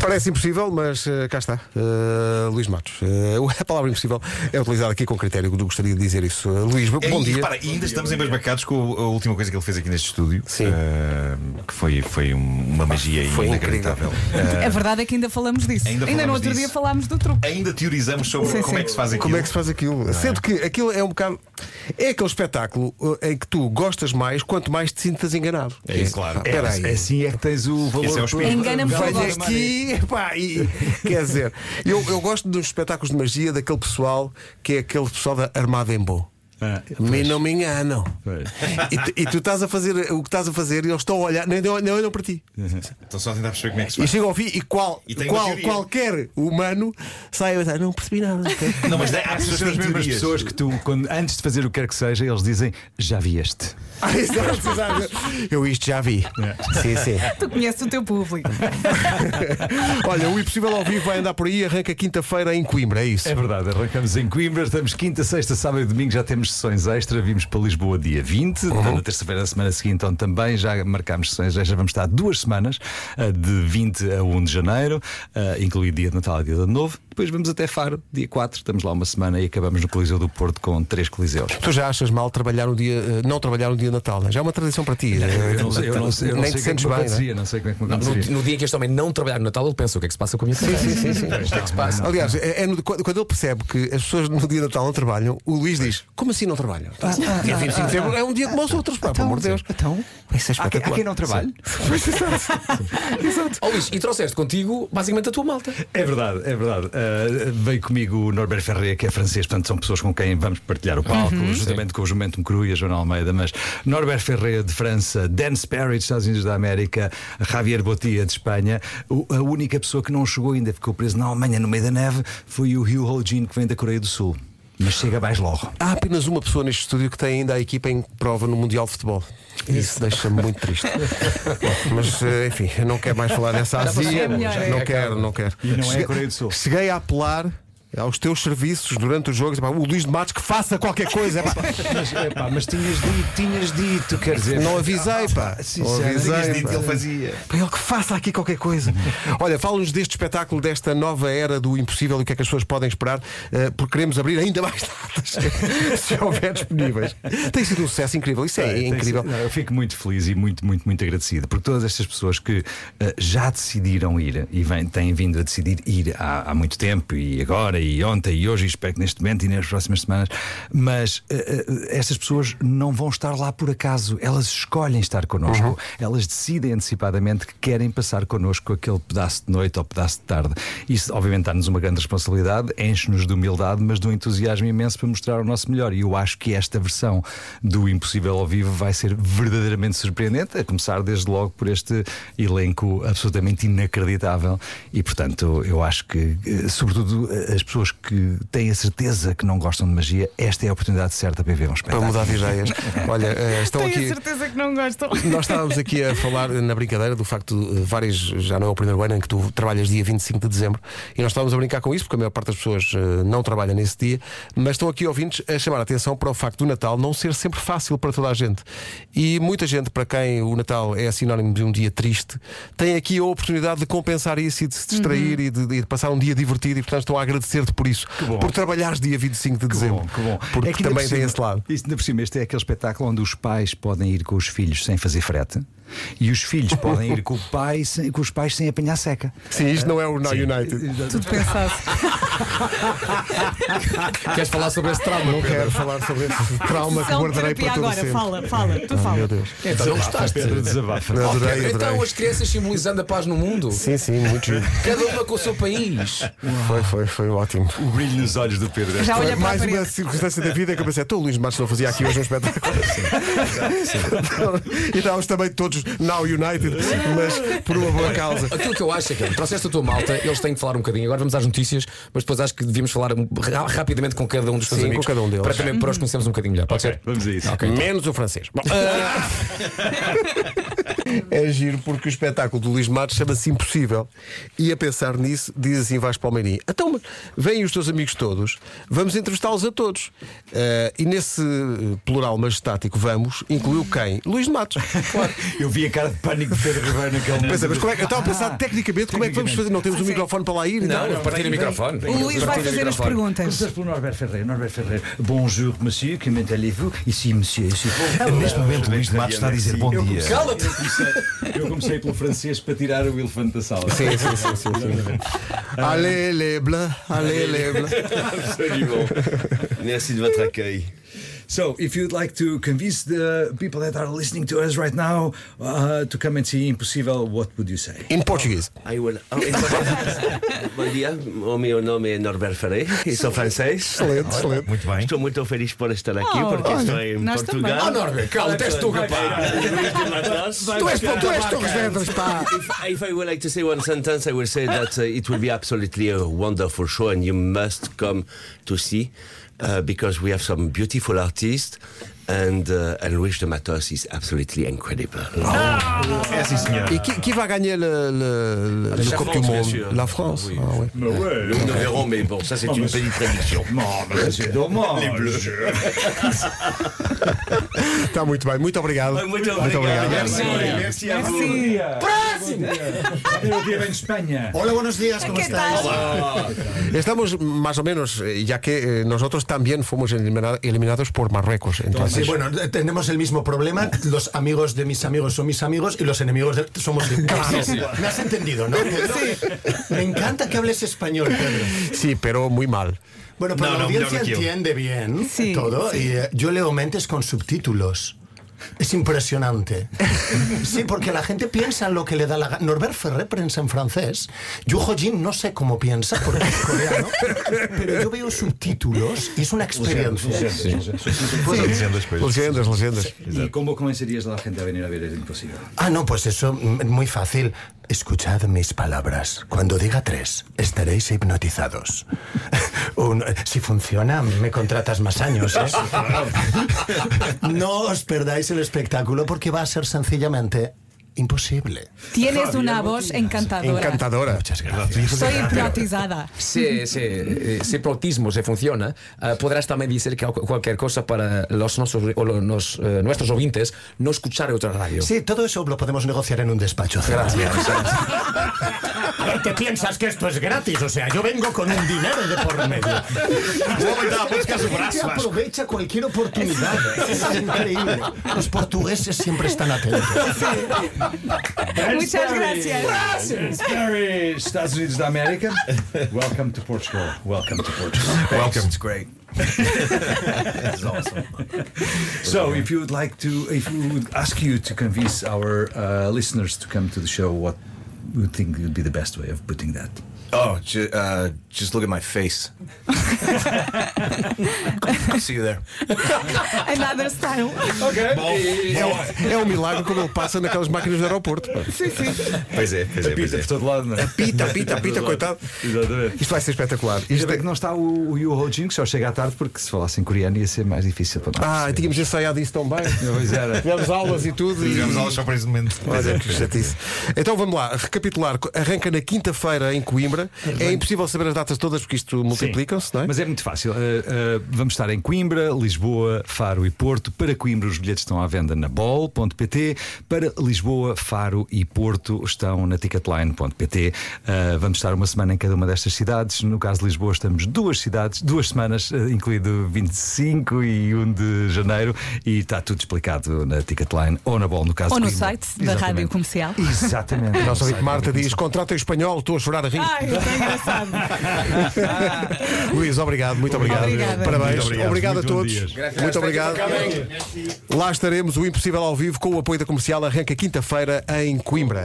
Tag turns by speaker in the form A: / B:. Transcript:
A: Parece impossível, mas eh, cá está. Eh, Luís Matos. Eh, a palavra impossível é utilizada aqui com critério. Eu gostaria de dizer isso. Eh, Luís, bom
B: E,
A: dia.
B: É repara, e ainda estamos embasbacados com a última coisa que ele fez aqui neste estúdio.
A: Sim.
B: eh, que foi, foi um- uma magia
A: Foi
B: inacreditável.
C: A verdade é que ainda falamos disso.
B: Ainda
C: Ainda,
B: falamos
C: no outro
B: disso.
C: dia falámos do truque.
B: Eh, ainda teorizamos sobre
C: Sim,
B: como
C: sim.
B: é que se faz aquilo.
A: Como é que se faz aquilo? Sendo que aquilo é um bocado. É aquele espetáculo eh, em que tu gostas mais quanto mais te sintas enganado. Ah,
B: É isso, claro.
A: Espera aí.
D: Assim é que tens o valor.
B: Esse é o
D: todo.
B: espírito.
C: Engana-me
D: Vai-
C: pelo
A: Venho
C: gosto.
A: aqui, pá, e, quer dizer, eu, eu gosto dos espetáculos de magia daquele pessoal que é aquele pessoal da Armada em Bom.
D: Ah,
A: Me não me enganam.
D: pois.
A: E, tu- e tu estás a fazer o que estás a fazer e eles estão a olhar, nem, nem olham para ti.
B: Estou só a tentar perceber como é que se
A: E
B: faz.
A: chegam ao fim e, qual,
B: E tem uma
A: qual,
B: teoria.
A: qualquer humano sai a pensar, não percebi nada.
B: Não, mas há pessoas que
D: São as
B: têm
D: mesmas
B: teorias.
D: pessoas que tu, quando- antes de fazer o que quer que seja, eles dizem já vi este.
A: ah, exato, exato. Eu isto já vi.
D: É.
A: Sim, sim.
C: Tu conheces o teu público.
A: Olha, o Impossível ao Vivo vai andar por aí, arranca quinta-feira em Coimbra, é isso.
D: É verdade, arrancamos em Coimbra, estamos quinta, sexta, sábado e domingo, já temos sessões extra, vimos para Lisboa dia 20, na terça-feira da semana seguinte, então também já marcámos sessões extra, vamos estar duas semanas, ah, de 20 a 1 de janeiro, ah, incluído dia de Natal e dia de Ano Novo, depois vamos até Faro, dia 4, estamos lá uma semana e acabamos no Coliseu do Porto com três coliseus.
A: Tu já achas mal trabalhar um dia, eh, não trabalhar um dia de Natal, não é? já é uma tradição para ti.
D: Eu não sei, eu não sei, eu não
A: Nem
D: sei
A: te sentes
D: como é que me
A: bem. não é?
D: acontecia, não sei como é que me
E: No,
D: acontecia.
E: no dia em que este homem não trabalhar no Natal, ele pensa o que é que se passa com a minha filha. Sim, sim, sim. O que é que se passa?
A: Aliás, é, é no- quando quando ele percebe que as pessoas no dia de Natal não trabalham, o Luís diz: Como assim não trabalham? Tá assim, dia 25 de setembro é um dia como os outros, pá, pelo amor de Deus.
D: Então,
A: Isso é
D: há quem, há
A: espetacular.
D: quem não trabalhe?
E: Ó Luís, e trouxeste contigo basicamente a tua malta.
D: É verdade, é verdade. Uh, veio comigo o Norbert Ferreira, que é francês, portanto são pessoas com quem vamos partilhar o palco, juntamente com o Jumento Cru e a Joana Almeida. Mas Norbert Ferreira de França, Dan Sperry dos Estados Unidos da América, Javier Botia de Espanha. O- a única pessoa que não chegou ainda, ficou preso na Alemanha no meio da neve, foi o Hugh Ho Jin, que vem da Coreia do Sul. Mas chega mais logo.
A: Há apenas uma pessoa neste estúdio que tem ainda a equipa em prova no Mundial de Futebol. Isso deixa-me muito triste. Bom, Mas, eh, enfim, eu não quero mais falar dessa
E: Já passou,
A: azia.
C: já é
A: Não
E: acaba.
A: quero, não quero.
D: E não é a
A: Cheguei-
D: Coreia do Sul.
A: Cheguei a apelar. Aos teus serviços durante os jogos, Epá, o Luís de Matos que faça qualquer coisa. epá.
D: Mas, epá, mas tinhas dito, tinhas dito, quer dizer. Ah,
A: Não avisei, pá. Não
D: Sincero,
B: Tinhas
A: avisei.
B: dito
A: pá.
B: que ele fazia.
A: Para ele que faça aqui qualquer coisa. Olha, fala-nos deste espetáculo, desta nova era do impossível e o que é que as pessoas podem esperar, eh, porque queremos abrir ainda mais datas, se houver disponíveis. Tem sido um sucesso incrível, isso é,
D: Tem, tem
A: incrível.
D: sido- não, eu fico muito feliz e muito, muito, muito agradecido por todas estas pessoas que eh, já decidiram ir e vêm- têm vindo a decidir ir há, há muito tempo, e agora, e ontem, e hoje, e espero que neste momento e nas próximas semanas. Mas eh, eh, estas pessoas não vão estar lá por acaso, elas escolhem estar connosco,
A: Uhum.
D: elas decidem antecipadamente que querem passar connosco aquele pedaço de noite ou pedaço de tarde. Isso, obviamente, dá-nos uma grande responsabilidade, enche-nos de humildade, mas de um entusiasmo imenso para mostrar o nosso melhor. E eu acho que esta versão do Impossível ao Vivo vai ser verdadeiramente surpreendente, a começar desde logo por este elenco absolutamente inacreditável. E, portanto, eu acho que, eh, sobretudo, eh, as pessoas que têm a certeza que não gostam de magia, esta é a oportunidade certa para ver um
A: Para
D: espetáculo.
A: mudar de ideias. Olha, eh, estão
C: Tenho
A: aqui.
C: a certeza que não gostam.
A: Nós estávamos aqui a falar eh, na brincadeira do facto de eh, várias, já não é o primeiro ano em que tu trabalhas dia 25 de dezembro, e nós estávamos a brincar com isso, porque a maior parte das pessoas eh, não trabalha nesse dia, mas estão aqui ouvintes a chamar a atenção para o facto do Natal não ser sempre fácil para toda a gente. E muita gente, para quem o Natal é sinónimo de um dia triste, tem aqui a oportunidade de compensar isso e de se distrair e, de, e de passar um dia divertido, e portanto estão a agradecer-te por isso,
D: Uhum. bom.
A: por trabalhares dia 25 de
D: Que
A: dezembro.
D: bom, que bom.
A: Porque
D: É que ainda
A: também
D: por
A: tem
D: cima-
A: esse lado.
D: Isto ainda por cima, este é aquele espetáculo onde os pais podem ir com os filhos sem fazer frete e os filhos podem ir com, o pai sem- com os pais sem apanhar seca.
A: Sim, isto não é o Now United.
C: Tu pensaste.
E: Queres falar sobre esse trauma?
A: Não quero falar sobre esse trauma que
C: Sessão de
A: guardarei
C: um terapia
A: para todo
C: agora,
A: sempre.
C: fala, fala, tu fala.
A: Meu Deus.
E: Então, não gostaste.
D: Pedro desabafa.
A: Não,
E: Pedro,
A: adorei,
E: Então,
A: adorei.
E: as crianças simbolizando a paz no mundo,
A: Sim, sim, muito giro.
E: cada uma com o seu país.
A: Foi, foi, foi ótimo.
D: O brilho nos olhos do Pedro.
C: Já olha para a
A: Mais uma
C: parede.
A: circunstância da vida que eu pensei, então o Luís Matos não fazia aqui hoje um espetáculo. e estávamos também todos Now United, mas por uma boa causa.
E: Aquilo que eu acho é que trouxeste a tua malta, eles têm de falar um bocadinho. Agora vamos às notícias, mas depois acho que devíamos falar um, ra- rapidamente com cada um dos teus
A: Sim,
E: amigos
A: com cada um deles.
E: para também para os conhecermos um bocadinho melhor. Pode ser?
D: Vamos a isso.
E: Ok.
A: Menos o francês. Bom, eh, é giro porque o espetáculo do Luís Matos chama-se Impossível. E a pensar nisso, diz assim Vasco Palmeirinho: Então, mas vêm os teus amigos todos, vamos entrevistá-los a todos. Eh, Ah, e nesse plural majestático, vamos, incluiu quem? Luís de Matos. Claro.
D: Eu Eu vi a cara de pânico de Pedro Ribeiro naquele momento.
A: Pensa, mas como é que, eu estava a pensar tecnicamente como é que vamos fazer? Não temos um
C: Sim.
A: microfone para lá ir? então?
E: Não, não, partilha o microfone.
C: O Luís vai
E: Partilha o
C: fazer as
E: microfone.
C: perguntas.
D: Começamos pelo Norbert Ferreira. Norbert Ferreira, bonjour, monsieur, comment allez-vous? Ici, monsieur, ici. Neste momento, Luís de Matos está a dizer bom dia.
E: Cala-te!
D: é- Eu comecei pelo francês para tirar o elefante da sala.
A: Sim, sim, sim. sim, sim. Allez les bleus, allez les bleus.
F: Absolument. Merci de votre accueil.
D: So, if you'd like to convince the people that are listening to us right now uh, to come and see Impossível, what would you say?
A: In Portuguese.
F: I will. Oh, in Portuguese. Bom dia, o meu nome é Norbert Ferreira e sou francês.
A: Excelente, excelente.
B: Muito bem.
F: Estou muito feliz por estar aqui,
C: Oh,
F: é porque
C: olha,
F: estou em
C: nós
F: Portugal.
E: Ah, Norbert, cala-te, és tu, rapaz!
F: Luís de Matos.
A: Tu és, tu és Torres Vedras, pá!
F: If, if I would like to say one sentence, I will say that uh, it will be absolutely a wonderful show, and you must come to see uh, because we have some beautiful artists, and uh, and Luis de Matos is absolutely incredible.
E: Ah.
B: É sim, senhora.
A: Et qui, qui va gagner le, le, le- le
F: La
A: Coupe
F: France,
A: du
F: bien
A: Monde
F: sûr.
A: La France
F: Oui.
A: Ah, ouais.
F: Nous nous verrons, mais bon,
E: Oh,
F: ça c'est une petite prédiction.
D: Non, mais c'est dommage. Les bleus.
A: Está muito bem, muito obrigado.
F: Muito
A: ¿eh?
F: obrigado.
D: Merci à vous.
E: Próximo!
D: Eu vivo em Espanha.
G: Hola, buenos días, ¿cómo estáis?
A: Estamos más o menos, eh, ya que eh, nosotros también fuimos elimina- eliminados por Marruecos.
G: Sí,
B: Pues-
A: Entonces,
G: bueno, tenemos el mismo problema. Los amigos de mis amigos son mis amigos y los enemigos de- somos iguales. Me has entendido, ¿no? Me encanta que hables español, Pedro.
A: sí, pero muy mal.
G: Bueno, pero
B: No,
G: la
B: no,
G: audiencia
B: mejor que yo.
G: entiende bien
C: Sí,
G: todo y eh, yo leo mentes con subtítulos. Es impresionante. Sí, porque la gente piensa en lo que le da la gana. Norbert Ferré piensa en francés. Yuho Jin no sé cómo piensa porque es coreano. Pero yo veo subtítulos y es una
B: Pues
G: experiencia.
B: Estou dizendo as coisas.
A: Legendas, legendas.
D: E como convencerias a gente a venir a ver El Impossível?
G: Ah, no, pues eso, m- muy fácil. Escuchad mis palabras. Cuando diga tres, estaréis hipnotizados. Un- si funciona, me contratas más años. ¿eh? no os perdáis el espectáculo porque va a ser sencillamente imposible.
C: Tienes una voz encantadora.
A: Encantadora.
G: Muchas gracias.
C: Soy hipnotizada.
E: Se, se, eh, se para o autismo se funciona, ah, podrás también decir que algo- cualquier cosa para los nosos, o lo- nos, eh, nuestros oyentes no escuchar otra radio.
G: Sí, todo eso lo podemos negociar en un despacho. Gracias. ¿Te piensas que esto es gratis? O sea, yo vengo con un dinero de por medio. aprovecha cualquier oportunidad. Es increíble. Los portugueses siempre están atentos.
C: Muchas gracias.
D: Barry, Estados Unidos da América. Welcome to Portugal. Welcome to Portugal.
B: Welcome.
D: So, if you would like to, if we would ask you to convince our uh, listeners to come to the show, what would you think would be the best way of putting that?
H: Oh, ju- uh, just look at my face. I'll see you there.
C: Another style.
A: É um milagre como ele passa naquelas máquinas do aeroporto. pá.
B: Pois é, pois é, pois é.
D: todo lado, não é?
A: Pita, pita, pita, coitado.
D: Exatamente.
A: Isto vai ser espetacular. Isto
D: Ainda bem
A: é-
D: que não está o, o Yoo Jin, que só chega à tarde, porque se falasse em coreano ia ser mais difícil para nós.
A: Ah, tínhamos ensaiado isso tão bem.
D: Pois era.
A: Tivemos aulas e tudo. e-
B: Tivemos aulas só para esse momento. é,
A: Olha que chatice. Então vamos lá, recapitular. Arranca na quinta-feira em Coimbra. É impossível saber as datas todas porque isto multiplicam-se, não é?
D: Mas é muito fácil. Uh, uh, vamos estar em Coimbra, Lisboa, Faro e Porto. Para Coimbra, os bilhetes estão à venda na bol.pt. Para Lisboa, Faro e Porto estão na ticketline.pt. Uh, vamos estar uma semana em cada uma destas cidades. No caso de Lisboa, estamos duas cidades, duas semanas, uh, incluído 25 e 1 de janeiro. E está tudo explicado na ticketline ou na bol, no caso
C: Ou
D: de
C: no
D: Coimbra.
C: site da Rádio Comercial.
D: Exatamente.
A: A nossa
D: No
A: ouvinte
D: site
A: Marta
D: da Rádio
A: diz: contrata em espanhol, estou a chorar a rir.
C: Ai, está engraçado.
A: Luís, obrigado, muito obrigado.
C: Obrigada.
A: Parabéns,
B: Muito
A: obrigado, a
B: obrigado, muito bom
A: todos.
B: dia.
A: Muito obrigado. Lá estaremos, o Impossível ao vivo, com o apoio da comercial. Arranca quinta-feira em Coimbra.